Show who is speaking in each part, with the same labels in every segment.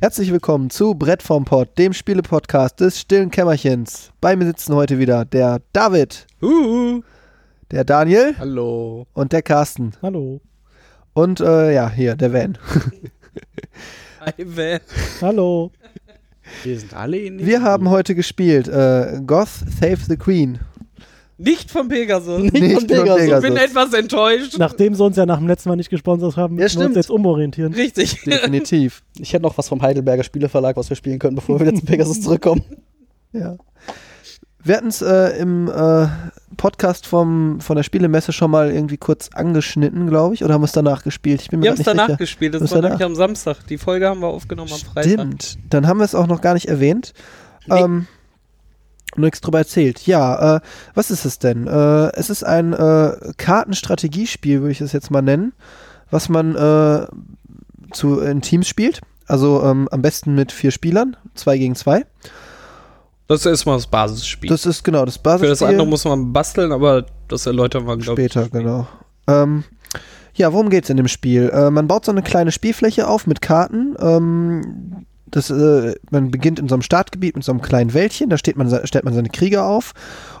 Speaker 1: Herzlich willkommen zu Brett vom Pod, dem Spielepodcast des stillen Kämmerchens. Bei mir sitzen heute wieder der David,
Speaker 2: Huhu.
Speaker 1: der Daniel
Speaker 2: Hallo.
Speaker 1: und der Carsten.
Speaker 3: Hallo.
Speaker 1: Und äh, ja, hier, der Van.
Speaker 3: Hallo.
Speaker 2: Wir sind alle in
Speaker 1: Wir haben heute gespielt äh, Goth Save the Queen.
Speaker 4: Nicht vom Pegasus.
Speaker 1: Nicht
Speaker 3: von
Speaker 1: von
Speaker 3: Pegasus.
Speaker 4: Ich bin
Speaker 1: Pegasus.
Speaker 4: etwas enttäuscht.
Speaker 3: Nachdem sie uns ja nach dem letzten Mal nicht gesponsert haben, müssen wir
Speaker 1: stimmt.
Speaker 3: uns jetzt umorientieren.
Speaker 4: Richtig.
Speaker 1: Definitiv.
Speaker 5: Ich hätte noch was vom Heidelberger Spieleverlag, was wir spielen können, bevor wir wieder zum Pegasus zurückkommen.
Speaker 1: Ja. Wir hatten es äh, im äh, Podcast vom, von der Spielemesse schon mal irgendwie kurz angeschnitten, glaube ich. Oder haben wir es danach gespielt? Ich bin mir
Speaker 4: Wir
Speaker 1: grad
Speaker 4: haben es
Speaker 1: nicht
Speaker 4: danach
Speaker 1: sicher.
Speaker 4: gespielt. Das
Speaker 1: Bis
Speaker 4: war
Speaker 1: danach.
Speaker 4: nämlich am Samstag. Die Folge haben wir aufgenommen am Freitag.
Speaker 1: Stimmt, dann haben wir es auch noch gar nicht erwähnt.
Speaker 4: Nee.
Speaker 1: Ähm, nur nichts drüber erzählt. Ja, äh, was ist es denn? Äh, es ist ein äh, Kartenstrategiespiel, würde ich es jetzt mal nennen, was man äh, zu, in Teams spielt. Also ähm, am besten mit vier Spielern, zwei gegen zwei.
Speaker 2: Das ist mal das Basisspiel.
Speaker 1: Das ist genau das
Speaker 2: Für
Speaker 1: Basisspiel.
Speaker 2: das andere muss man basteln, aber das erläutern wir, glaube ich.
Speaker 1: Später, genau. Ähm, ja, worum geht's in dem Spiel? Äh, man baut so eine kleine Spielfläche auf mit Karten. Ähm, das, äh, man beginnt in so einem Startgebiet mit so einem kleinen Wäldchen, da steht man, se- stellt man seine Krieger auf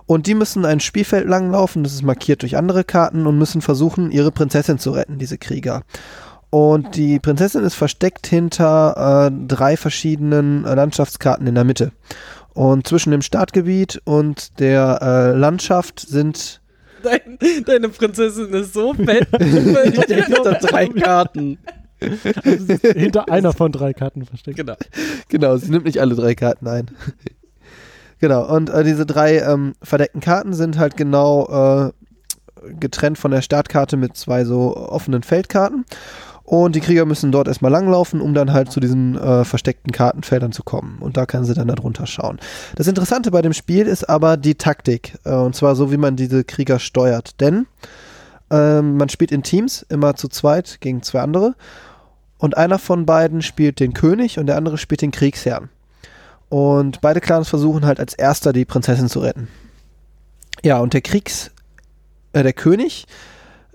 Speaker 1: und die müssen ein Spielfeld langlaufen, das ist markiert durch andere Karten und müssen versuchen, ihre Prinzessin zu retten, diese Krieger. Und die Prinzessin ist versteckt hinter äh, drei verschiedenen äh, Landschaftskarten in der Mitte. Und zwischen dem Startgebiet und der äh, Landschaft sind
Speaker 4: Dein, deine Prinzessin ist so fett.
Speaker 5: Hinter drei Karten.
Speaker 3: Hinter einer von drei Karten versteckt.
Speaker 4: genau.
Speaker 1: Genau, sie nimmt nicht alle drei Karten ein. genau, und äh, diese drei ähm, verdeckten Karten sind halt genau äh, getrennt von der Startkarte mit zwei so offenen Feldkarten. Und die Krieger müssen dort erstmal langlaufen, um dann halt zu diesen äh, versteckten Kartenfeldern zu kommen. Und da können sie dann darunter schauen. Das Interessante bei dem Spiel ist aber die Taktik. Äh, und zwar so, wie man diese Krieger steuert. Denn ähm, man spielt in Teams, immer zu zweit gegen zwei andere. Und einer von beiden spielt den König und der andere spielt den Kriegsherrn. Und beide Clans versuchen halt als erster die Prinzessin zu retten. Ja, und der Kriegs, äh, der König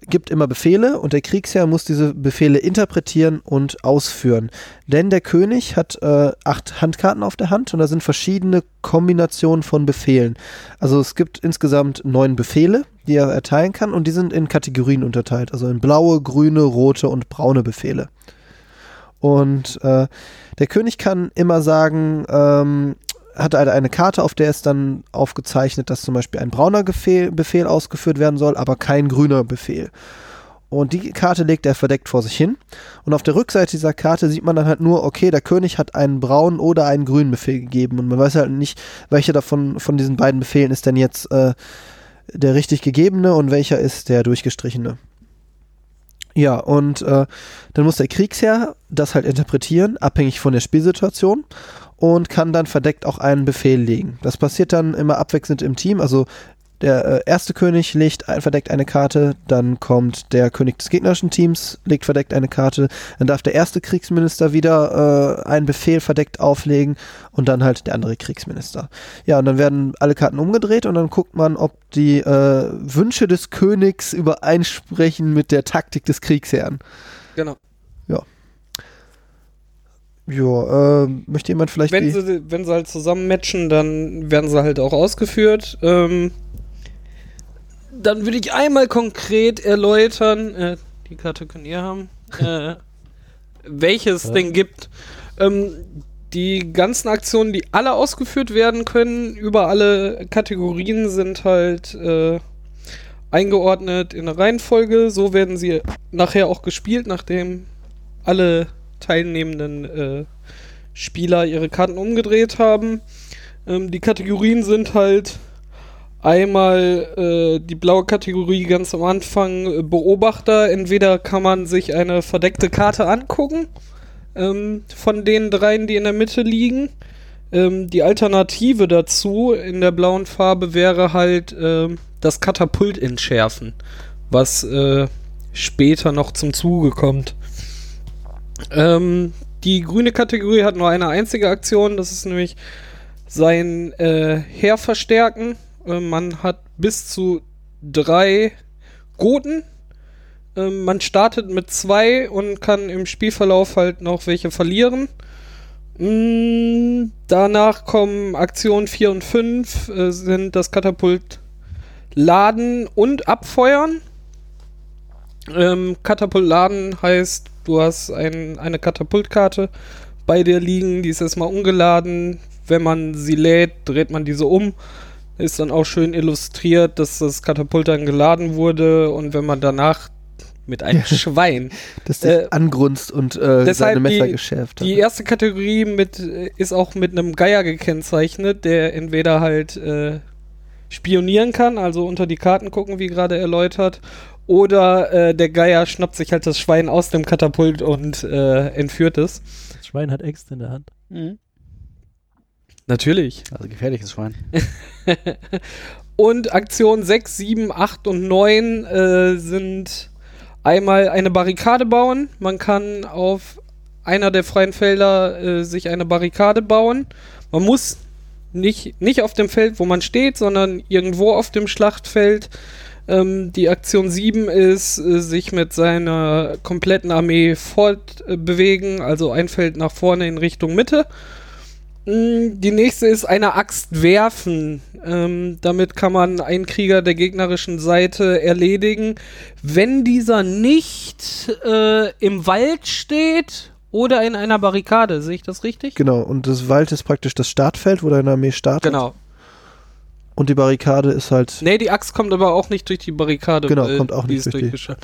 Speaker 1: gibt immer Befehle und der Kriegsherr muss diese Befehle interpretieren und ausführen. Denn der König hat äh, acht Handkarten auf der Hand und da sind verschiedene Kombinationen von Befehlen. Also es gibt insgesamt neun Befehle, die er erteilen kann und die sind in Kategorien unterteilt. Also in blaue, grüne, rote und braune Befehle. Und äh, der König kann immer sagen, ähm, hat halt eine Karte, auf der ist dann aufgezeichnet, dass zum Beispiel ein brauner Gefehl, Befehl ausgeführt werden soll, aber kein grüner Befehl. Und die Karte legt er verdeckt vor sich hin. Und auf der Rückseite dieser Karte sieht man dann halt nur, okay, der König hat einen braunen oder einen grünen Befehl gegeben. Und man weiß halt nicht, welcher davon von diesen beiden Befehlen ist denn jetzt äh, der richtig gegebene und welcher ist der durchgestrichene. Ja, und äh, dann muss der Kriegsherr das halt interpretieren, abhängig von der Spielsituation und kann dann verdeckt auch einen Befehl legen. Das passiert dann immer abwechselnd im Team. Also der äh, erste König legt ein, verdeckt eine Karte, dann kommt der König des gegnerischen Teams, legt verdeckt eine Karte, dann darf der erste Kriegsminister wieder äh, einen Befehl verdeckt auflegen und dann halt der andere Kriegsminister. Ja, und dann werden alle Karten umgedreht und dann guckt man, ob die äh, Wünsche des Königs übereinsprechen mit der Taktik des Kriegsherrn.
Speaker 4: genau.
Speaker 1: Ja, äh, möchte jemand vielleicht
Speaker 4: Wenn
Speaker 1: die-
Speaker 4: sie, wenn sie halt zusammen matchen, dann werden sie halt auch ausgeführt. Ähm, dann würde ich einmal konkret erläutern, äh, die Karte könnt ihr haben, äh, welches es denn gibt. Ähm, die ganzen Aktionen, die alle ausgeführt werden können, über alle Kategorien sind halt äh, eingeordnet in eine Reihenfolge. So werden sie nachher auch gespielt, nachdem alle teilnehmenden äh, Spieler ihre Karten umgedreht haben. Ähm, die Kategorien sind halt einmal äh, die blaue Kategorie ganz am Anfang äh, Beobachter. Entweder kann man sich eine verdeckte Karte angucken ähm, von den dreien, die in der Mitte liegen. Ähm, die Alternative dazu in der blauen Farbe wäre halt ähm, das Katapult entschärfen, was äh, später noch zum Zuge kommt. Ähm, die grüne Kategorie hat nur eine einzige Aktion, das ist nämlich sein äh, Heer verstärken. Äh, man hat bis zu drei Goten. Ähm, man startet mit zwei und kann im Spielverlauf halt noch welche verlieren. Mm, danach kommen Aktion 4 und 5, äh, sind das Katapult laden und abfeuern. Ähm, Katapult laden heißt, du hast ein, eine Katapultkarte bei dir liegen, die ist erstmal ungeladen. Wenn man sie lädt, dreht man diese um. Ist dann auch schön illustriert, dass das Katapult dann geladen wurde und wenn man danach mit einem Schwein
Speaker 1: Dass der
Speaker 4: Äh,
Speaker 1: angrunzt und äh,
Speaker 4: deshalb
Speaker 1: seine Messer
Speaker 4: die-
Speaker 1: geschärft hat.
Speaker 4: die erste Kategorie mit, äh, ist auch mit einem Geier gekennzeichnet, der entweder halt äh, spionieren kann, also unter die Karten gucken, wie gerade erläutert, oder äh, der Geier schnappt sich halt das Schwein aus dem Katapult und äh, entführt es.
Speaker 3: Das Schwein hat Äxte in der Hand.
Speaker 4: Natürlich.
Speaker 5: Also gefährliches Schwein.
Speaker 4: Und Aktion 6, 7, 8 und 9 äh, sind einmal eine Barrikade bauen. Man kann auf einer der freien Felder äh, sich eine Barrikade bauen. Man muss nicht, nicht auf dem Feld, wo man steht, sondern irgendwo auf dem Schlachtfeld. Ähm, die Aktion 7 ist, äh, sich mit seiner kompletten Armee fortbewegen, also ein Feld nach vorne in Richtung Mitte. Mm, Die nächste ist eine Axt werfen. Ähm, damit kann man einen Krieger der gegnerischen Seite erledigen, wenn dieser nicht äh, im Wald steht oder in einer Barrikade. Sehe ich das richtig?
Speaker 1: Genau, und das Wald ist praktisch das Startfeld, wo deine Armee startet.
Speaker 4: Genau.
Speaker 1: Und die Barrikade ist halt.
Speaker 4: Nee, die Axt kommt aber auch nicht durch die Barrikade.
Speaker 1: Genau,
Speaker 4: weil
Speaker 1: kommt auch
Speaker 4: die
Speaker 1: nicht
Speaker 4: ist
Speaker 1: durch die-
Speaker 4: durchgeschlagen.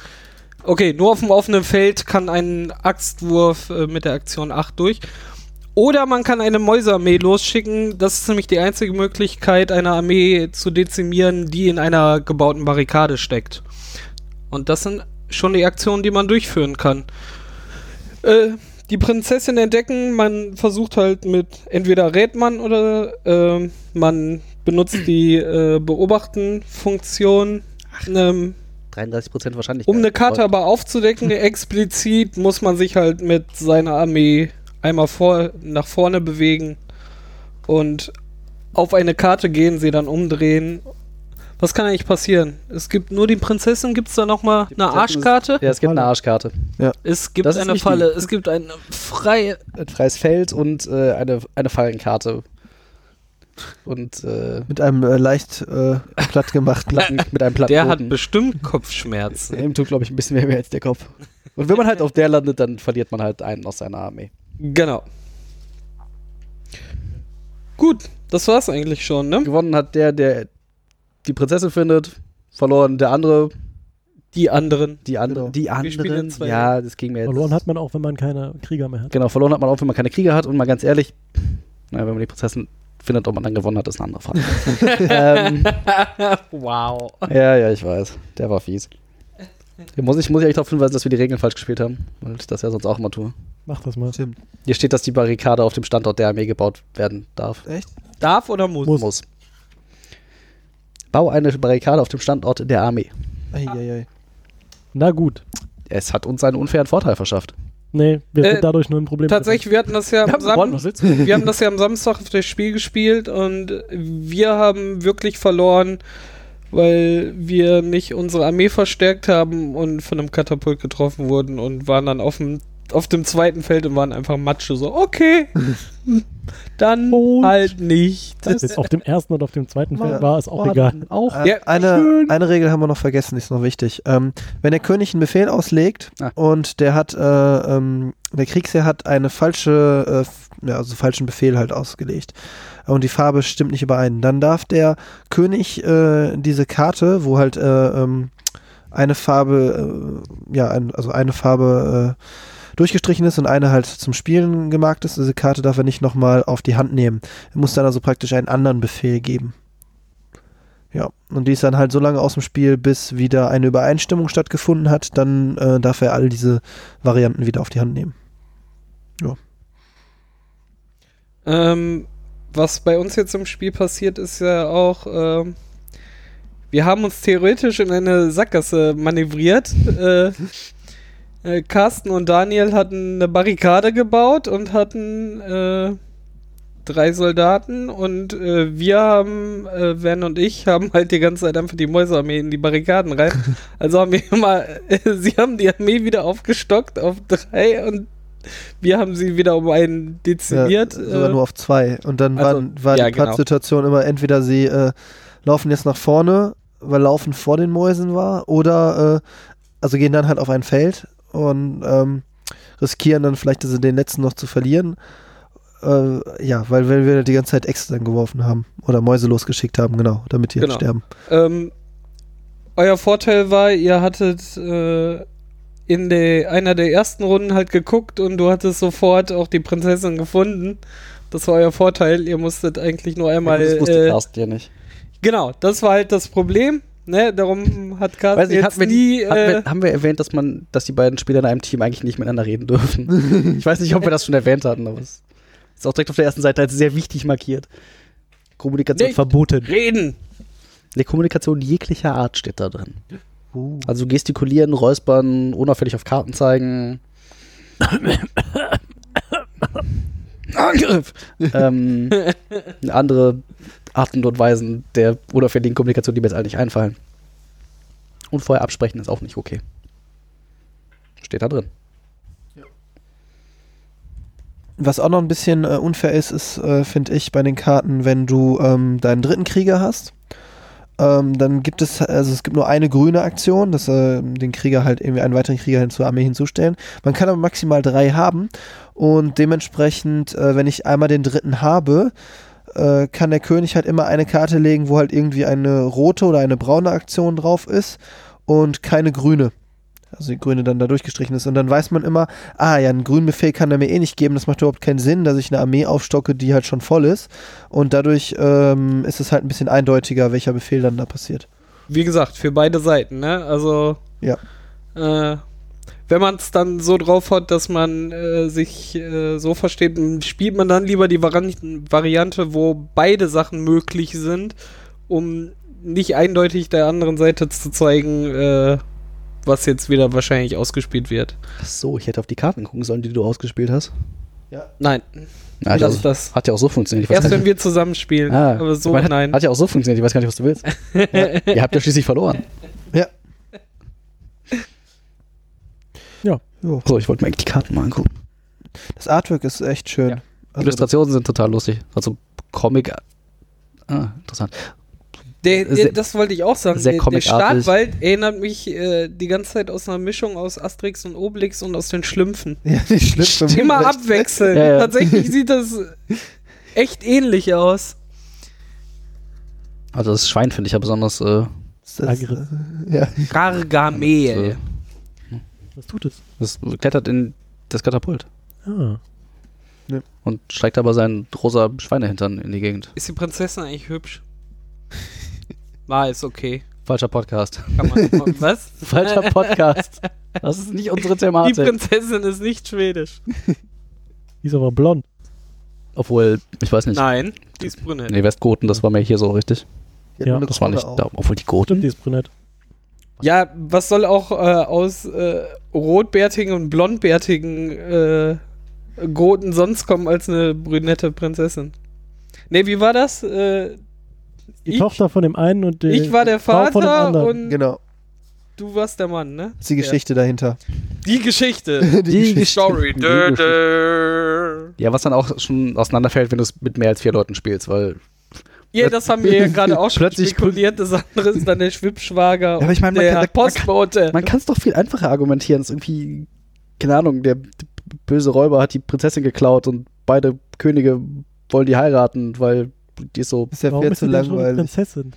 Speaker 4: Okay, nur auf dem offenen Feld kann ein Axtwurf äh, mit der Aktion 8 durch. Oder man kann eine Mäusearmee losschicken. Das ist nämlich die einzige Möglichkeit, eine Armee zu dezimieren, die in einer gebauten Barrikade steckt. Und das sind schon die Aktionen, die man durchführen kann. Äh, die Prinzessin entdecken, man versucht halt mit, entweder rät man oder ähm, man benutzt die äh, Beobachten-Funktion. Ähm,
Speaker 5: 33% Wahrscheinlichkeit.
Speaker 4: um eine Karte aber aufzudecken, explizit muss man sich halt mit seiner Armee einmal vor, nach vorne bewegen und auf eine Karte gehen, sie dann umdrehen. Was kann eigentlich passieren? Es gibt nur die Prinzessin, gibt es da nochmal eine
Speaker 5: Prinzessin ist-
Speaker 4: Arschkarte?
Speaker 5: Ja, es gibt eine Arschkarte.
Speaker 4: Es gibt
Speaker 5: Das ist
Speaker 4: eine
Speaker 5: nicht
Speaker 4: Falle, es gibt eine freie.
Speaker 5: Ein freies Feld und äh, eine, eine Fallenkarte. Und äh,
Speaker 1: Mit einem äh, leicht äh, plattgemachten.
Speaker 5: Platten, mit einem Platten.
Speaker 4: Der hat bestimmt Kopfschmerzen.
Speaker 5: Der Helm tut, glaube ich, ein bisschen mehr weh als der Kopf. Und wenn man halt auf der landet, dann verliert man halt einen aus seiner Armee.
Speaker 4: Genau. Gut, das war's eigentlich schon, ne?
Speaker 5: Gewonnen hat der, der die Prinzessin findet. Verloren der andere,
Speaker 4: Die anderen.
Speaker 5: die andere,
Speaker 1: Genau.
Speaker 5: die
Speaker 4: spielen
Speaker 5: anderen.
Speaker 4: zwei-
Speaker 5: Ja, das ging mir jetzt.
Speaker 3: Verloren hat man auch, wenn man keine Krieger mehr hat.
Speaker 5: Genau, verloren hat man auch, wenn man keine Krieger hat. Und mal ganz ehrlich, naja, wenn man die Prinzessin findet, ob man dann gewonnen hat, ist eine andere Frage. ähm,
Speaker 4: Wow.
Speaker 5: ja, ja, ich weiß. Der war fies. Hier muss ich, muss ich eigentlich darauf hinweisen, dass wir die Regeln falsch gespielt haben. Weil ich das ja sonst auch immer tue.
Speaker 3: Mach das mal.
Speaker 1: Stimmt.
Speaker 5: Hier steht, dass die Barrikade auf dem Standort der Armee gebaut werden darf.
Speaker 1: Echt?
Speaker 4: Darf oder muss?
Speaker 5: Muss. muss. Bau eine Barrikade auf dem Standort der Armee.
Speaker 1: Eieiei.
Speaker 3: Na gut.
Speaker 5: Es hat uns einen unfairen Vorteil verschafft.
Speaker 3: Nee, wir
Speaker 4: Äh,
Speaker 3: sind dadurch nur ein Problem.
Speaker 4: Tatsächlich, wir hatten das ja am
Speaker 5: gewonnen,
Speaker 4: Samstag.
Speaker 5: was willst du?
Speaker 4: Wir haben das ja am Samstag auf das Spiel gespielt und wir haben wirklich verloren, weil wir nicht unsere Armee verstärkt haben und von einem Katapult getroffen wurden und waren dann auf dem, auf dem zweiten Feld und waren einfach Matsche. So, okay, dann
Speaker 3: Und-
Speaker 4: halt nicht.
Speaker 3: Das jetzt auf dem ersten und auf dem zweiten Feld
Speaker 1: Ja.
Speaker 3: war, ist auch egal.
Speaker 5: Auch.
Speaker 1: Äh,
Speaker 4: Ja,
Speaker 1: eine, eine Regel haben wir noch vergessen, die ist noch wichtig. Ähm, wenn der König einen Befehl auslegt
Speaker 5: Ah.
Speaker 1: und der hat, äh, ähm, der Kriegsherr hat eine falsche, äh, f- ja, also falschen Befehl halt ausgelegt und die Farbe stimmt nicht überein, dann darf der König äh, diese Karte, wo halt äh, ähm, eine Farbe, äh, ja, ein, also eine Farbe äh, durchgestrichen ist und eine halt zum Spielen gemarkt ist, diese Karte darf er nicht nochmal auf die Hand nehmen. Er muss dann also praktisch einen anderen Befehl geben. Ja, und die ist dann halt so lange aus dem Spiel, bis wieder eine Übereinstimmung stattgefunden hat. Dann äh, darf er all diese Varianten wieder auf die Hand nehmen.
Speaker 4: Ähm, was bei uns jetzt im Spiel passiert, ist ja auch, ähm, wir haben uns theoretisch in eine Sackgasse manövriert. Äh, äh, Carsten und Daniel hatten eine Barrikade gebaut und hatten äh, drei Soldaten und äh, wir haben, äh, Van und ich, haben halt die ganze Zeit einfach die Mäusearmee in die Barrikaden rein. äh, Also haben wir immer, sie haben die Armee wieder aufgestockt auf drei und Wir haben sie wieder um einen dezimiert.
Speaker 1: Ja, sogar
Speaker 4: äh,
Speaker 1: nur auf zwei. Und dann
Speaker 4: also,
Speaker 1: waren, war
Speaker 4: ja,
Speaker 1: die
Speaker 4: genau.
Speaker 1: Pattsituation immer, entweder sie äh, laufen jetzt nach vorne, weil Laufen vor den Mäusen war, oder äh, also gehen dann halt auf ein Feld und ähm, riskieren dann vielleicht diese, den letzten noch zu verlieren. Äh, ja, weil, weil wir die ganze Zeit Äxte dann geworfen haben oder Mäuse losgeschickt haben, genau, damit die
Speaker 4: Genau.
Speaker 1: halt sterben.
Speaker 4: Ähm, euer Vorteil war, ihr hattet äh, in de, einer der ersten Runden halt geguckt und du hattest sofort auch die Prinzessin gefunden. Das war euer Vorteil. Ihr musstet eigentlich nur einmal.
Speaker 5: das wusste
Speaker 4: äh,
Speaker 5: Carsten ja nicht.
Speaker 4: genau, das war halt das Problem. Ne, darum hat Carsten
Speaker 5: Weiß nicht,
Speaker 4: jetzt
Speaker 5: hatten wir,
Speaker 4: nie.
Speaker 5: hatten
Speaker 4: Äh,
Speaker 5: wir, haben wir erwähnt, dass man, dass die beiden Spieler in einem Team eigentlich nicht miteinander reden dürfen? ich weiß nicht, ob wir das schon erwähnt hatten, aber es ist auch direkt auf der ersten Seite als sehr wichtig markiert. Kommunikation
Speaker 4: Nicht.
Speaker 5: verboten.
Speaker 4: äh, reden.
Speaker 5: Nee, Kommunikation jeglicher Art steht da drin. Also gestikulieren, räuspern, unauffällig auf Karten zeigen. Angriff! ähm, andere Arten und Weisen der unauffälligen Kommunikation, die mir jetzt alle nicht einfallen. Und vorher absprechen ist auch nicht okay. Steht da drin.
Speaker 1: Was auch noch ein bisschen äh, unfair ist, ist, äh, finde ich, bei den Karten, wenn du ähm, deinen dritten Krieger hast, ähm, dann gibt es, also es gibt nur eine grüne Aktion, dass äh, den Krieger halt irgendwie einen weiteren Krieger hin zur Armee hinzustellen. Man kann aber maximal drei haben und dementsprechend, äh, wenn ich einmal den dritten habe, äh, kann der König halt immer eine Karte legen, wo halt irgendwie eine rote oder eine braune Aktion drauf ist und keine grüne. Also die grüne dann da durchgestrichen ist. Und dann weiß man immer, ah ja, einen grünen Befehl kann er mir eh nicht geben, das macht überhaupt keinen Sinn, dass ich eine Armee aufstocke, die halt schon voll ist. Und dadurch ähm, ist es halt ein bisschen eindeutiger, welcher Befehl dann da passiert.
Speaker 4: Wie gesagt, für beide Seiten, ne? Also.
Speaker 1: Ja.
Speaker 4: Äh, wenn man es dann so drauf hat, dass man äh, sich äh, so versteht, m, spielt man dann lieber die Varan Variante, wo beide Sachen möglich sind, um nicht eindeutig der anderen Seite zu zeigen, äh, was jetzt wieder wahrscheinlich ausgespielt wird.
Speaker 5: Ach so, ich hätte auf die Karten gucken sollen, die du ausgespielt hast.
Speaker 4: Nein,
Speaker 5: Ja,
Speaker 4: lass das.
Speaker 5: Hat ja auch so funktioniert. Ich weiß
Speaker 4: Erst
Speaker 5: gar
Speaker 4: wenn
Speaker 5: nicht-
Speaker 4: wir zusammenspielen.
Speaker 5: Ah,
Speaker 4: aber so,
Speaker 5: ich meine, hat-
Speaker 4: nein.
Speaker 5: Hat ja auch so funktioniert. Ich weiß gar nicht, was du willst. ja, ihr habt ja schließlich verloren.
Speaker 1: Ja.
Speaker 3: Ja.
Speaker 1: Jo.
Speaker 5: So, ich wollte mir eigentlich die Karten mal angucken.
Speaker 1: Das Artwork ist echt schön.
Speaker 5: Ja.
Speaker 1: Also
Speaker 5: Illustrationen sind total lustig. Also Comic. Ah, interessant.
Speaker 4: Der, der,
Speaker 5: Sehr-
Speaker 4: das wollte ich auch sagen.
Speaker 5: sehr
Speaker 4: Der, der
Speaker 5: comicartig.
Speaker 4: Startwald erinnert mich äh, die ganze Zeit aus einer Mischung aus Asterix und Obelix und aus den Schlümpfen.
Speaker 1: ja, die Schlüpfe.
Speaker 4: Immer abwechseln.
Speaker 5: Ja, ja.
Speaker 4: Tatsächlich sieht das echt ähnlich aus.
Speaker 5: Also das Schwein finde ich ja besonders. Äh,
Speaker 1: Das, äh, ja.
Speaker 4: Gargamel.
Speaker 5: äh,
Speaker 3: Was tut es?
Speaker 5: das klettert in das Katapult
Speaker 3: Ah.
Speaker 5: und steigt aber seinen rosa Schweinehintern in die Gegend.
Speaker 4: Ist die Prinzessin eigentlich hübsch? War ist okay.
Speaker 5: Falscher Podcast.
Speaker 4: Kann man, was?
Speaker 5: Falscher Podcast. Das ist nicht unsere
Speaker 4: Die
Speaker 5: Thematik.
Speaker 4: Prinzessin ist nicht schwedisch.
Speaker 3: Die ist aber blond.
Speaker 5: Obwohl, ich weiß nicht.
Speaker 4: Nein, die ist brünett.
Speaker 5: Nee, Westgoten, das war mir hier so richtig.
Speaker 1: Die hat
Speaker 3: Ja,
Speaker 1: nur eine
Speaker 5: Das war
Speaker 1: Krone
Speaker 5: nicht.
Speaker 1: auf.
Speaker 5: Da, obwohl die Goten.
Speaker 3: Stimmt, die ist brünett.
Speaker 4: Ja, was soll auch äh, aus äh, rotbärtigen und blondbärtigen äh, Goten sonst kommen als eine brünette Prinzessin? Nee, wie war das? Äh,
Speaker 3: Die
Speaker 4: Ich-
Speaker 3: Tochter von dem einen und die
Speaker 4: ich war der
Speaker 3: Frau von dem
Speaker 4: Vater
Speaker 3: anderen.
Speaker 4: und
Speaker 1: Genau,
Speaker 4: du warst der Mann, ne?
Speaker 1: das ist die Geschichte dahinter.
Speaker 4: Die Geschichte.
Speaker 1: Die Geschichte.
Speaker 4: Story. Dö, dö.
Speaker 5: Ja, was dann auch schon auseinanderfällt, wenn du es mit mehr als vier Leuten spielst, weil
Speaker 4: Ja, das haben wir ja gerade auch schon
Speaker 5: Plötzlich
Speaker 4: spekuliert. Das andere ist dann der Schwippschwager
Speaker 5: aber ich meine, man
Speaker 4: der
Speaker 5: kann- man kann-
Speaker 4: Postbote.
Speaker 5: Man kann es doch viel einfacher argumentieren. Es ist irgendwie, keine Ahnung, der b- böse Räuber hat die Prinzessin geklaut und beide Könige wollen die heiraten, weil die ist so.
Speaker 1: Ist ja
Speaker 3: Warum
Speaker 1: viel
Speaker 3: ist
Speaker 1: zu
Speaker 3: die denn schon
Speaker 1: langweilig.
Speaker 3: Prinzessin?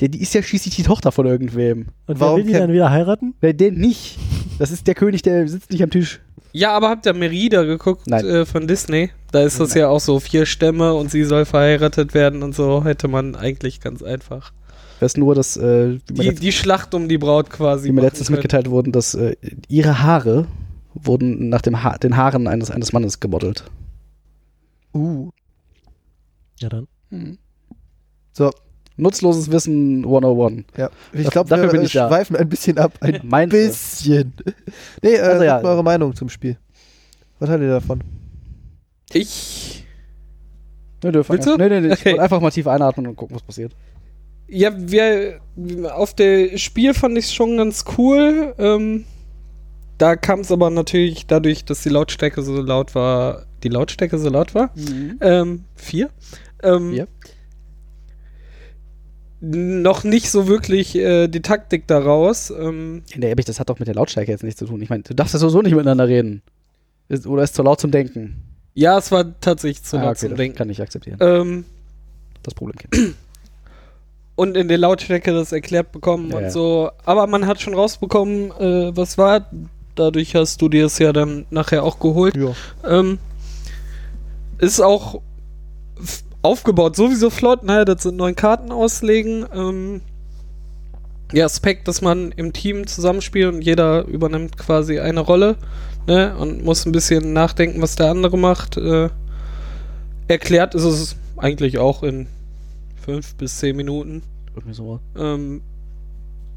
Speaker 5: Der, die ist ja schließlich die Tochter von irgendwem.
Speaker 3: Und
Speaker 1: Warum
Speaker 3: wer will die
Speaker 1: kennt-
Speaker 3: dann wieder heiraten?
Speaker 5: Nein, den nicht. Das ist der König, der sitzt nicht am Tisch.
Speaker 4: Ja, aber habt ihr Merida geguckt
Speaker 5: Nein.
Speaker 4: äh, von Disney? Da ist das ja auch so vier Stämme und sie soll verheiratet werden und so hätte man eigentlich ganz einfach.
Speaker 5: Das ist nur, dass, äh, wie mir,
Speaker 4: Die,
Speaker 5: letzt,
Speaker 4: die Schlacht um die Braut quasi.
Speaker 5: wie mir
Speaker 4: machen
Speaker 5: letztens
Speaker 4: können.
Speaker 5: mitgeteilt wurden, dass äh, ihre Haare wurden nach dem ha den Haaren eines, eines Mannes gemodelt.
Speaker 1: Uh,
Speaker 3: Ja, dann.
Speaker 4: Hm.
Speaker 1: so,
Speaker 5: Nutzloses Wissen 101.
Speaker 1: ja. Ich
Speaker 5: Dafür-
Speaker 1: glaube,
Speaker 5: dafür
Speaker 1: wir
Speaker 5: bin
Speaker 1: äh,
Speaker 5: ich da.
Speaker 1: schweifen ein bisschen ab. Ein
Speaker 5: Meinst du?
Speaker 1: bisschen. Nee, äh,
Speaker 5: Also ja.
Speaker 1: sagt mal eure Meinung zum Spiel. Was haltet ihr davon?
Speaker 4: Ich.
Speaker 5: Nee, nee, fang
Speaker 4: Willst
Speaker 5: an.
Speaker 4: du?
Speaker 5: Nee, nee, nee. Ich
Speaker 4: Okay.
Speaker 5: wollte einfach mal tief einatmen und gucken, was passiert.
Speaker 4: Ja, wir. Auf der Spiel fand ich es schon ganz cool. Ähm, Da kam es aber natürlich dadurch, dass die Lautstärke so laut war, die Lautstärke so laut war, ähm, vier, ähm,
Speaker 5: Vier.
Speaker 4: noch nicht so wirklich äh, die Taktik daraus. Ähm,
Speaker 5: Nee, Ebbich, das hat doch mit der Lautstärke jetzt nichts zu tun. Ich meine, du darfst ja sowieso nicht miteinander reden. Ist, oder ist zu laut zum Denken.
Speaker 4: ja, es war tatsächlich zu
Speaker 5: Ah,
Speaker 4: laut
Speaker 5: okay,
Speaker 4: zum
Speaker 5: das
Speaker 4: Denken.
Speaker 5: Kann ich akzeptieren.
Speaker 4: Ähm,
Speaker 5: Das Problem kennt.
Speaker 4: und in der Lautstärke das erklärt bekommen
Speaker 5: Ja,
Speaker 4: und
Speaker 5: ja.
Speaker 4: so. Aber man hat schon rausbekommen, äh, was war. Dadurch hast du dir es ja dann nachher auch geholt.
Speaker 1: Ja.
Speaker 4: Ähm, ist auch f- aufgebaut sowieso flott. Naja, das sind neun Karten auslegen. Ähm, der Aspekt, dass man im Team zusammenspielt und jeder übernimmt quasi eine Rolle ne, und muss ein bisschen nachdenken, was der andere macht. Äh, erklärt ist es eigentlich auch in fünf bis zehn Minuten.
Speaker 5: Irgendwie so
Speaker 4: Ähm,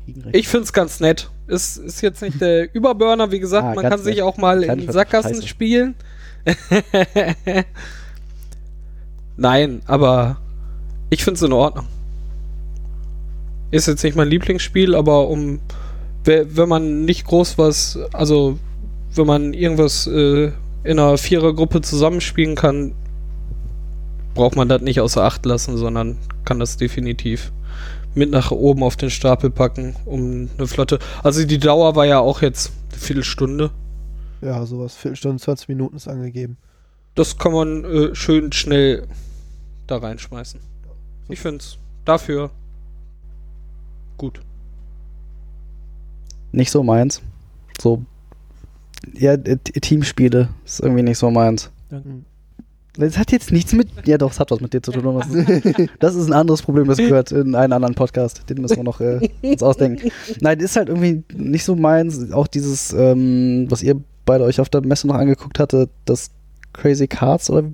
Speaker 5: gegen rechts.
Speaker 4: ich find's ganz nett. Ist, ist jetzt nicht der Überburner, wie gesagt,
Speaker 5: Ah,
Speaker 4: man
Speaker 5: ganz
Speaker 4: kann sich
Speaker 5: nett.
Speaker 4: auch mal
Speaker 5: Kleine
Speaker 4: in
Speaker 5: Ver-
Speaker 4: Sackgassen
Speaker 5: Scheiße.
Speaker 4: spielen. Nein, aber ich find's in Ordnung. Ist jetzt nicht mein Lieblingsspiel, aber um we- wenn man nicht groß was, also wenn man irgendwas äh, in einer Vierergruppe zusammenspielen kann, braucht man das nicht außer Acht lassen, sondern kann das definitiv mit nach oben auf den Stapel packen, um eine Flotte. Also die Dauer war ja auch jetzt eine Viertelstunde.
Speaker 1: Ja, sowas. Viertelstunde, 20 Minuten ist angegeben.
Speaker 4: Das kann man äh, schön schnell da reinschmeißen. Ich find's dafür gut.
Speaker 5: Nicht so meins. So. Ja, äh, T- Teamspiele ist irgendwie nicht so meins.
Speaker 3: Danke.
Speaker 5: Das hat jetzt nichts mit. Ja, doch, es hat was mit dir zu tun. Thomas. Das ist ein anderes Problem, das gehört in einen anderen Podcast. Den müssen wir noch äh, uns ausdenken. Nein, ist halt irgendwie nicht so meins. Auch dieses, ähm, was ihr beide euch auf der Messe noch angeguckt hatte, das Crazy Cards oder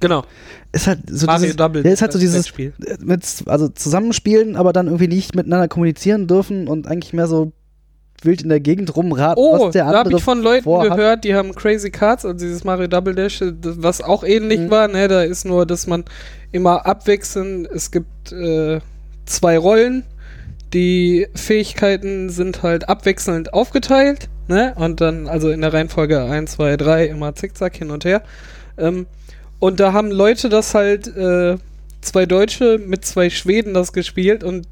Speaker 4: Genau.
Speaker 5: ist halt so
Speaker 4: Mario
Speaker 5: dieses,
Speaker 4: Double.
Speaker 5: ja, ist halt so
Speaker 4: das
Speaker 5: dieses
Speaker 4: Spiel.
Speaker 5: äh, mit, also zusammenspielen, aber dann irgendwie nicht miteinander kommunizieren dürfen und eigentlich mehr so wild in der Gegend rumraten,
Speaker 4: Oh,
Speaker 5: was der
Speaker 4: da habe
Speaker 5: andere
Speaker 4: ich von Leuten
Speaker 5: vorhat.
Speaker 4: gehört, die haben Crazy Cards, also dieses Mario Double Dash, äh, das- was auch ähnlich
Speaker 5: Mhm.
Speaker 4: war. Ne? Da ist nur, dass man immer abwechseln. Es gibt äh, zwei Rollen. Die Fähigkeiten sind halt abwechselnd aufgeteilt. Ne? Und dann also in der Reihenfolge 1, 2, 3 immer zickzack hin und her. Ähm, und da haben Leute das halt, äh, zwei Deutsche mit zwei Schweden das gespielt und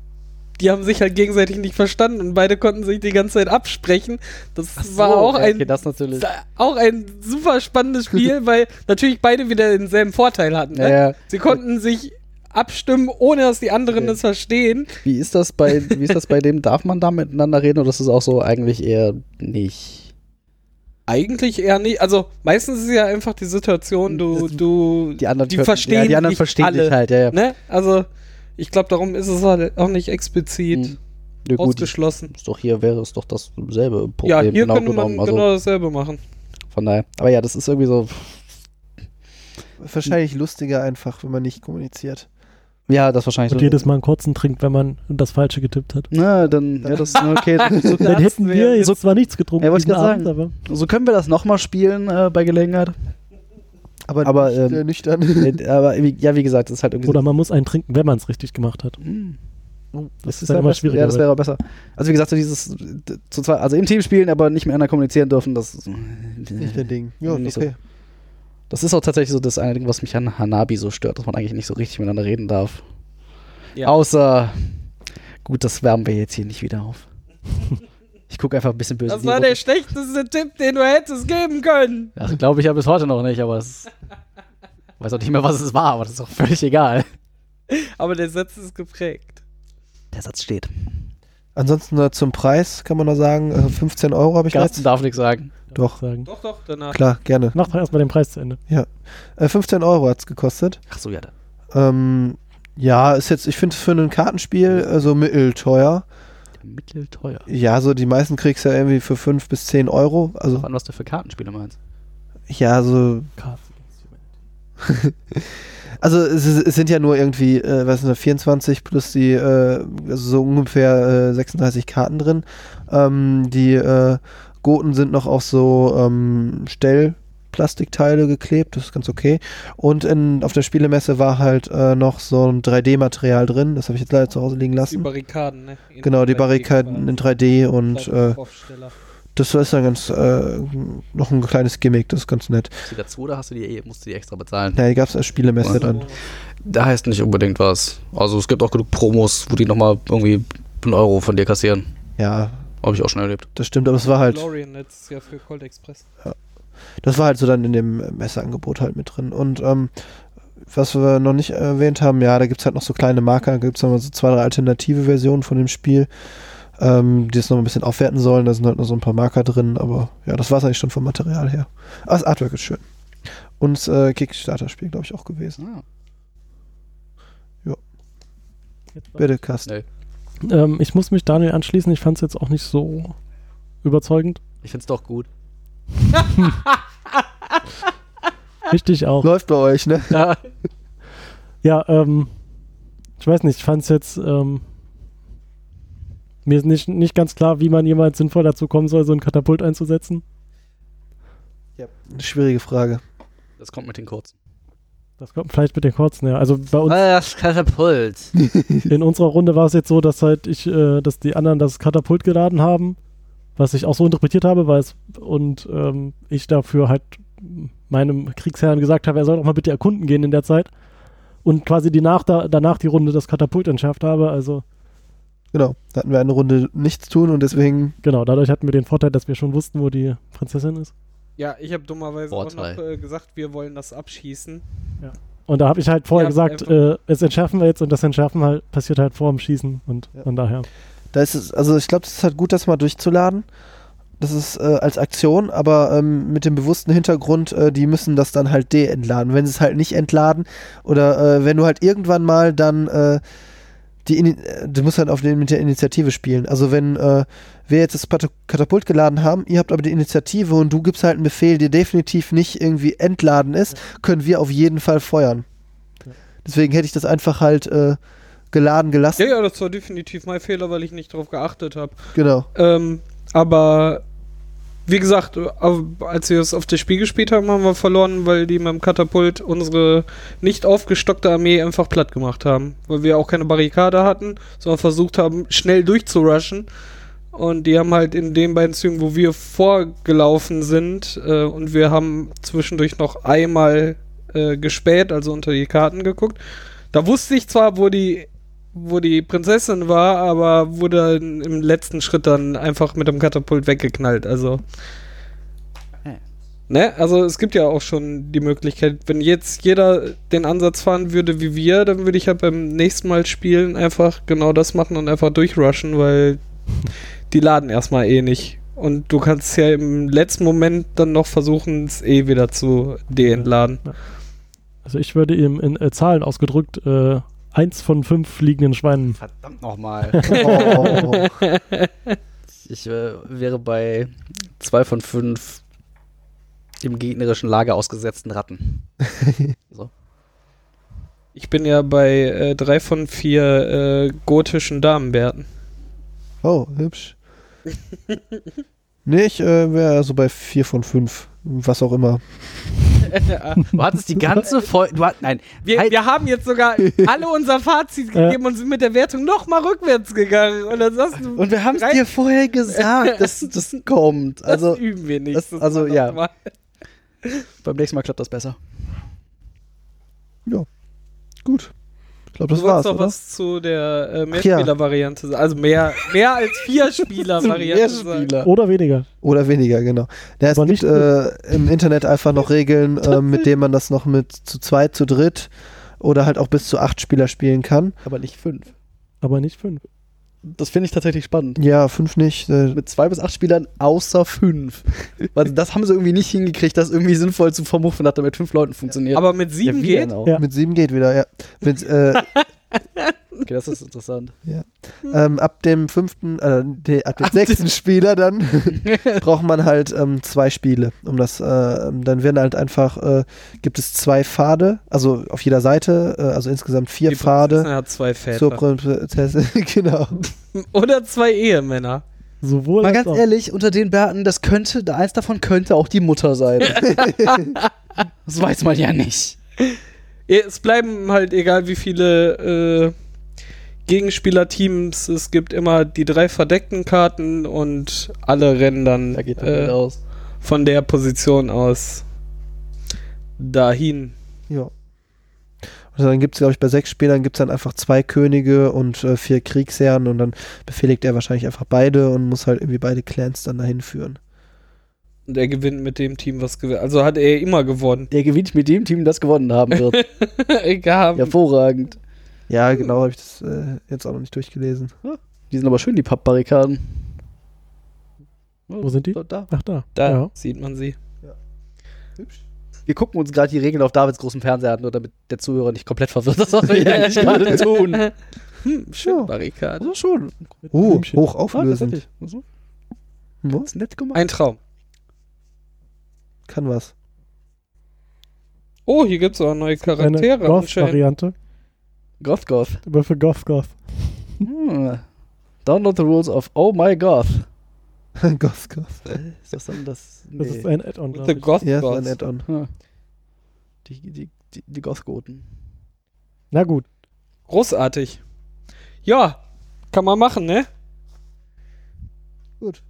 Speaker 4: die haben sich halt gegenseitig nicht verstanden und beide konnten sich die ganze Zeit absprechen. Das war auch
Speaker 5: ja,
Speaker 4: ein
Speaker 5: Oh, okay, das natürlich.
Speaker 4: da- auch ein super spannendes Spiel, weil natürlich beide wieder denselben Vorteil hatten. Ne?
Speaker 5: Ja, ja.
Speaker 4: Sie konnten sich abstimmen, ohne dass die anderen
Speaker 5: Okay.
Speaker 4: es verstehen.
Speaker 5: Wie ist das bei wie ist das bei dem darf man da miteinander reden oder ist es auch so eigentlich eher nicht?
Speaker 4: Eigentlich eher nicht. Also meistens ist es ja einfach die Situation, du,
Speaker 5: Das-
Speaker 4: du,
Speaker 5: Die anderen,
Speaker 4: die
Speaker 5: können-
Speaker 4: verstehen,
Speaker 5: ja, die anderen
Speaker 4: nicht
Speaker 5: verstehen
Speaker 4: alle,
Speaker 5: dich halt, ja, ja.
Speaker 4: Ne? Also ich glaube, darum ist es halt auch nicht explizit
Speaker 5: Hm. Ja, gut,
Speaker 4: ausgeschlossen.
Speaker 5: ist doch hier wäre es doch dasselbe Problem
Speaker 4: Ja, hier
Speaker 5: genau
Speaker 4: könnte man
Speaker 5: genommen. Also
Speaker 4: genau dasselbe machen.
Speaker 5: von daher. Aber ja, das ist irgendwie so.
Speaker 1: Wahrscheinlich lustiger einfach, wenn man nicht kommuniziert.
Speaker 5: Ja, das wahrscheinlich.
Speaker 3: Und
Speaker 5: so,
Speaker 3: jedes Mal einen kurzen trinkt, wenn man das Falsche getippt hat.
Speaker 5: Na, dann ja, das ist okay. so,
Speaker 3: Dann hätten
Speaker 4: wir
Speaker 3: wir
Speaker 4: jetzt-
Speaker 3: so zwar nichts getrunken
Speaker 5: Ja, wollte ich
Speaker 3: diesen
Speaker 5: gerade
Speaker 3: Abend, aber
Speaker 5: so können wir das nochmal spielen äh, bei Gelegenheit.
Speaker 1: Aber,
Speaker 5: Aber,
Speaker 1: nicht,
Speaker 5: ähm,
Speaker 1: äh, nüchtern.
Speaker 5: Äh, Aber wie- ja, wie gesagt, das ist halt irgendwie.
Speaker 3: oder man muss einen trinken, wenn man es richtig gemacht hat. Oh,
Speaker 5: so, hm,
Speaker 3: Das, ist
Speaker 5: wär
Speaker 3: dann immer
Speaker 5: halt besser.
Speaker 3: schwieriger.
Speaker 5: Ja, das wäre besser. Also wie gesagt, so dieses äh, zu zweit, also im Team spielen, aber nicht miteinander kommunizieren dürfen, das ist-
Speaker 1: nicht dein Ding. Ja,
Speaker 5: Nicht
Speaker 1: ist
Speaker 5: so.
Speaker 1: okay.
Speaker 5: das ist auch tatsächlich so das eine Ding, was mich an Hanabi so stört, dass man eigentlich nicht so richtig miteinander reden darf.
Speaker 4: Ja.
Speaker 5: Außer, gut, das wärmen wir jetzt hier nicht wieder auf. Ich gucke einfach ein bisschen böse.
Speaker 4: Das
Speaker 5: in die
Speaker 4: war der
Speaker 5: Runde.
Speaker 4: schlechteste Tipp, den du hättest geben können.
Speaker 5: Ach, glaube ich ja bis heute noch nicht, aber es. Weiß auch nicht mehr, was es war, aber das ist auch völlig egal.
Speaker 4: Aber der Satz ist geprägt.
Speaker 5: Der Satz steht.
Speaker 1: Ansonsten äh, zum Preis kann man nur sagen, äh, 15 Euro habe ich
Speaker 5: Carsten
Speaker 1: jetzt.
Speaker 5: darf nichts sagen.
Speaker 1: Doch.
Speaker 3: Sagen.
Speaker 4: Doch, doch, danach.
Speaker 1: Klar, gerne.
Speaker 3: Macht erstmal den Preis zu Ende.
Speaker 1: Äh, 15 Euro hat es gekostet.
Speaker 5: Ach so, ja. da-
Speaker 1: Ähm, ja, ist jetzt, ich finde es für ein Kartenspiel äh, so mittelteuer.
Speaker 5: Mittelteuer.
Speaker 1: Ja, so die meisten kriegst du ja irgendwie für 5 bis 10 Euro. Also,
Speaker 5: Auf an, was du für Kartenspiele meinst.
Speaker 1: ja, so. Also, es, ist- es sind ja nur irgendwie, äh, was sind das, 24 plus die, äh, also so ungefähr äh, 36 Karten drin. Ähm, die äh, Goten sind noch auf so ähm, Stellplastikteile geklebt, das ist ganz okay. Und in, auf der Spielemesse war halt äh, noch so ein 3D-Material drin, das habe ich jetzt leider zu Hause liegen
Speaker 4: Die
Speaker 1: lassen.
Speaker 4: Barrikaden, ne? In
Speaker 1: Genau, die
Speaker 4: 3D quasi.
Speaker 1: Barrikaden in 3D und äh,
Speaker 4: Aufsteller.
Speaker 1: Das ist dann ganz äh, noch ein kleines Gimmick, das ist ganz nett.
Speaker 5: Hast du dazu oder hast du die, eh, musst du die extra bezahlen?
Speaker 1: Ja, die gab es als Spielemesse dann.
Speaker 4: Genau.
Speaker 5: Da heißt nicht unbedingt was. Also es gibt auch genug Promos, wo die nochmal irgendwie einen Euro von dir kassieren.
Speaker 1: Ja,
Speaker 5: Habe ich auch schon erlebt.
Speaker 1: das stimmt, aber es war halt,
Speaker 4: Lorien letztes Jahr für Cold Express.
Speaker 1: das war halt so dann in dem Messeangebot halt mit drin. Und ähm, was wir noch nicht erwähnt haben, ja, da gibt es halt noch so kleine Marker, da gibt es nochmal so zwei, drei alternative Versionen von dem Spiel, ähm, die es noch ein bisschen aufwerten sollen. Da sind halt noch so ein paar Marker drin, aber ja, das war es eigentlich schon vom Material her. Aber das Artwork ist schön. Und das äh, Kickstarter-Spiel, glaube ich, auch gewesen.
Speaker 3: Jetzt
Speaker 1: Bitte, Carsten.
Speaker 5: Nee.
Speaker 3: Ähm, ich muss mich Daniel anschließen. Ich fand es jetzt auch nicht so überzeugend.
Speaker 5: Ich find's doch gut.
Speaker 3: Richtig auch.
Speaker 1: Läuft bei euch, ne?
Speaker 5: Ja.
Speaker 3: Ja, ähm, ich weiß nicht, ich fand es jetzt, ähm, mir ist nicht, nicht ganz klar, wie man jemals sinnvoll dazu kommen soll, so ein Katapult einzusetzen.
Speaker 1: Eine schwierige Frage.
Speaker 5: Das kommt mit den kurzen. Ah,
Speaker 3: Das kommt vielleicht mit den kurzen, ja. Also bei uns,
Speaker 5: Das Katapult.
Speaker 3: in unserer Runde war es jetzt so, dass halt ich, äh, dass die anderen das Katapult geladen haben, was ich auch so interpretiert habe, weil es, und ähm, ich dafür halt meinem Kriegsherrn gesagt habe, er soll doch mal bitte erkunden gehen in der Zeit. Und quasi die nach, da, danach die Runde das Katapult entschärft habe, also
Speaker 1: Genau, da hatten wir eine Runde nichts tun und deswegen,
Speaker 3: Genau, dadurch hatten wir den Vorteil, dass wir schon wussten, wo die Prinzessin ist.
Speaker 4: Ja, ich habe dummerweise
Speaker 5: Vorteil.
Speaker 4: auch noch äh, gesagt, wir wollen das abschießen.
Speaker 3: Und da habe ich halt vorher
Speaker 4: Ja,
Speaker 3: gesagt, äh, es entschärfen wir jetzt und das Entschärfen halt passiert halt vor dem Schießen und
Speaker 1: Ja.
Speaker 3: von daher.
Speaker 1: da ist es, also ich glaube, das ist halt gut, das mal durchzuladen. Das ist äh, als Aktion, aber ähm, mit dem bewussten Hintergrund, äh, die müssen das dann halt deentladen. Wenn sie es halt nicht entladen oder äh, wenn du halt irgendwann mal dann äh, die, Ini- äh, du musst halt auf den mit der Initiative spielen. Also wenn äh, wir jetzt das Pat- Katapult geladen haben, ihr habt aber die Initiative und du gibst halt einen Befehl, der definitiv nicht irgendwie entladen ist, können wir auf jeden Fall feuern.
Speaker 3: Ja.
Speaker 1: Deswegen hätte ich das einfach halt äh, geladen gelassen.
Speaker 4: Ja, ja, das war definitiv mein Fehler, weil ich nicht drauf geachtet habe.
Speaker 1: Genau.
Speaker 4: Ähm, aber wie gesagt, äh, au- als wir es auf das Spiel gespielt haben, haben wir verloren, weil die mit dem Katapult unsere nicht aufgestockte Armee einfach platt gemacht haben. Weil wir auch keine Barrikade hatten, sondern versucht haben, schnell durchzurushen. Und die haben halt in den beiden Zügen, wo wir vorgelaufen sind, äh, und wir haben zwischendurch noch einmal äh, gespäht, also unter die Karten geguckt. Da wusste ich zwar, wo die wo die Prinzessin war, aber wurde in- im letzten Schritt dann einfach mit dem Katapult weggeknallt. Also.
Speaker 5: Hm.
Speaker 4: Ne? Also es gibt ja auch schon die Möglichkeit, wenn jetzt jeder den Ansatz fahren würde wie wir, dann würde ich ja beim nächsten Mal spielen einfach genau das machen und einfach durchrushen, weil die laden erstmal eh nicht. Und du kannst ja im letzten Moment dann noch versuchen, es eh wieder zu deentladen.
Speaker 3: Also ich würde ihm in äh, Zahlen ausgedrückt äh, eins von fünf fliegenden Schweinen.
Speaker 5: Verdammt nochmal.
Speaker 1: Oh, oh, oh, oh.
Speaker 5: Ich äh, wäre bei zwei von fünf im gegnerischen Lager ausgesetzten Ratten.
Speaker 4: Ich bin ja bei äh, drei von vier äh, gotischen Damenbärten.
Speaker 1: Oh, hübsch. Nee, ich äh, wäre so bei 4 von 5, was auch immer.
Speaker 5: Du hattest die ganze Folge. Du hat, nein,
Speaker 4: Wir,
Speaker 5: Halt.
Speaker 4: wir haben jetzt sogar alle unser Fazit gegeben und sind mit der Wertung nochmal rückwärts gegangen. Und dann sagst du,
Speaker 5: Und wir haben es
Speaker 4: Rein-
Speaker 5: dir vorher gesagt, dass das kommt.
Speaker 4: das
Speaker 5: Also
Speaker 4: üben wir nicht.
Speaker 5: das-
Speaker 4: Das
Speaker 5: also,
Speaker 4: war noch
Speaker 5: ja.
Speaker 4: mal-
Speaker 5: beim nächsten Mal klappt das besser.
Speaker 1: Gut. Ich glaube, das
Speaker 4: Du wolltest
Speaker 1: war's,
Speaker 4: noch
Speaker 1: oder?
Speaker 4: was zu der äh,
Speaker 1: Ach ja.
Speaker 4: Mehrspieler-Variante sagen. Also mehr, mehr als Vier-Spieler-Variante sagen.
Speaker 5: Oh,
Speaker 3: Oder weniger.
Speaker 1: Oder weniger, genau. Ja, es
Speaker 3: Aber
Speaker 1: gibt
Speaker 3: nicht-
Speaker 1: äh, im Internet einfach noch Regeln, äh, mit denen man das noch mit zu zweit, zu dritt oder halt auch bis zu acht Spieler spielen kann.
Speaker 5: Aber nicht fünf.
Speaker 3: Aber nicht fünf.
Speaker 5: Das finde ich tatsächlich spannend.
Speaker 1: Ja, fünf nicht. Äh,
Speaker 5: Mit zwei bis acht Spielern außer fünf. Weil das haben sie irgendwie nicht hingekriegt, das irgendwie sinnvoll zu vermuffen, dass das mit fünf Leuten funktioniert.
Speaker 4: Aber mit sieben
Speaker 5: wie denn
Speaker 4: geht.
Speaker 5: auch?
Speaker 3: Ja.
Speaker 1: mit sieben geht wieder, ja. Mit, äh,
Speaker 5: Okay, das ist interessant.
Speaker 1: ähm, ab dem fünften, äh, de, ab dem sechsten Spieler dann braucht man halt ähm, zwei Spiele, um das, äh, dann werden halt einfach, äh, gibt es zwei Pfade, also auf jeder Seite, äh, also insgesamt vier
Speaker 4: Die Prinzessin
Speaker 1: Pfade
Speaker 4: hat zwei
Speaker 1: zur
Speaker 4: Väter.
Speaker 1: Prinzessin, genau.
Speaker 4: Oder zwei Ehemänner.
Speaker 3: Sowohl
Speaker 5: Mal
Speaker 3: als
Speaker 5: ganz
Speaker 3: auch.
Speaker 5: ehrlich, unter den Bärten, das könnte, da eins davon könnte auch die Mutter sein. das weiß man ja nicht.
Speaker 4: Es bleiben halt egal wie viele äh, Gegenspielerteams. Es gibt immer die drei verdeckten Karten und alle rennen dann
Speaker 5: Da geht dann
Speaker 4: äh,
Speaker 5: wieder aus.
Speaker 4: von der Position aus dahin.
Speaker 1: Ja. Und dann gibt es, glaube ich, bei sechs Spielern gibt es dann einfach zwei Könige und äh, vier Kriegsherren und dann befehligt er wahrscheinlich einfach beide und muss halt irgendwie beide Clans dann dahin führen.
Speaker 4: Und er gewinnt mit dem Team, was gewinnt. Also hat er immer gewonnen.
Speaker 5: Der gewinnt mit dem Team, das gewonnen haben wird.
Speaker 4: Egal.
Speaker 5: Hervorragend.
Speaker 1: Ja, genau, habe ich das äh, jetzt auch noch nicht durchgelesen.
Speaker 5: Die sind aber schön, die Pappbarrikaden.
Speaker 3: Wo sind die?
Speaker 5: Da, da.
Speaker 3: Ach, da.
Speaker 4: Da
Speaker 3: Ja.
Speaker 4: sieht man sie.
Speaker 5: Wir gucken uns gerade die Regeln auf Davids großem Fernseher an, nur damit der Zuhörer nicht komplett verwirrt ist, was wir hier eigentlich gerade tun.
Speaker 4: Hm, schön
Speaker 1: Ja.
Speaker 4: Barrikade.
Speaker 1: Also schon.
Speaker 3: Mit
Speaker 1: Oh,
Speaker 3: Blümchen.
Speaker 1: hoch
Speaker 5: Ah,
Speaker 1: auflösend.
Speaker 5: tatsächlich. Also,
Speaker 1: Hm,
Speaker 5: ist nett gemacht.
Speaker 4: Ein Traum.
Speaker 1: Kann was.
Speaker 4: Oh, hier gibt es auch neue
Speaker 3: Eine
Speaker 4: Charaktere anscheinend.
Speaker 3: Goth-Variante.
Speaker 5: Goth Goth.
Speaker 3: Aber für Goth, Goth.
Speaker 5: Hm. Download the rules of Oh My Goth.
Speaker 1: Goth, Goth.
Speaker 5: Ist das dann das? Nee.
Speaker 3: Das ist ein Add-on.
Speaker 4: With
Speaker 3: glaub
Speaker 4: the
Speaker 3: ich.
Speaker 4: Goth
Speaker 1: Ja, ist ein
Speaker 4: Gods.
Speaker 1: Add-on.
Speaker 5: Hm. die, die, die, die Goth-Goten.
Speaker 3: Na gut.
Speaker 4: Großartig. Ja, kann man machen, ne?
Speaker 1: Gut.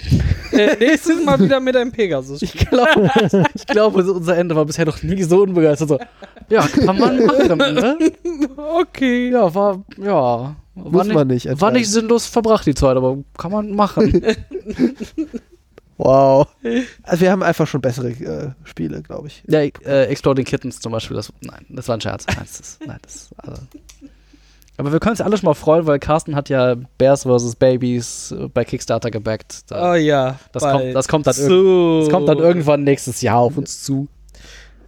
Speaker 4: Äh, nächstes Mal wieder mit einem Pegasus.
Speaker 5: Ich glaube, ich glaube, so unser Ende war bisher noch nie so unbegeistert. So, ja, kann man machen, ne?
Speaker 4: Okay.
Speaker 5: Ja, war, ja. War
Speaker 1: Muss
Speaker 5: nicht,
Speaker 1: man nicht.
Speaker 5: war
Speaker 1: anscheinend.
Speaker 5: nicht sinnlos verbracht, die Zeit, aber kann man machen.
Speaker 1: Wow. Also wir haben einfach schon bessere äh, Spiele, glaube ich.
Speaker 5: ja, äh, Exploding Kittens zum Beispiel, das, nein, das war ein Scherz. Nein, das ist, nein, das ist, also. Aber wir können uns alle schon mal freuen, weil Carsten hat ja Bears vs. Babies äh, bei Kickstarter gebackt. Da,
Speaker 4: Oh ja.
Speaker 5: das, kommt,
Speaker 4: bald.
Speaker 5: das, kommt dann irg-
Speaker 4: so.
Speaker 5: das kommt dann irgendwann nächstes Jahr auf uns zu.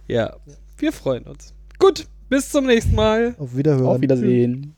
Speaker 4: Ja, wir freuen uns. Gut, bis zum nächsten Mal.
Speaker 1: Auf Wiederhören.
Speaker 5: Auf Wiedersehen.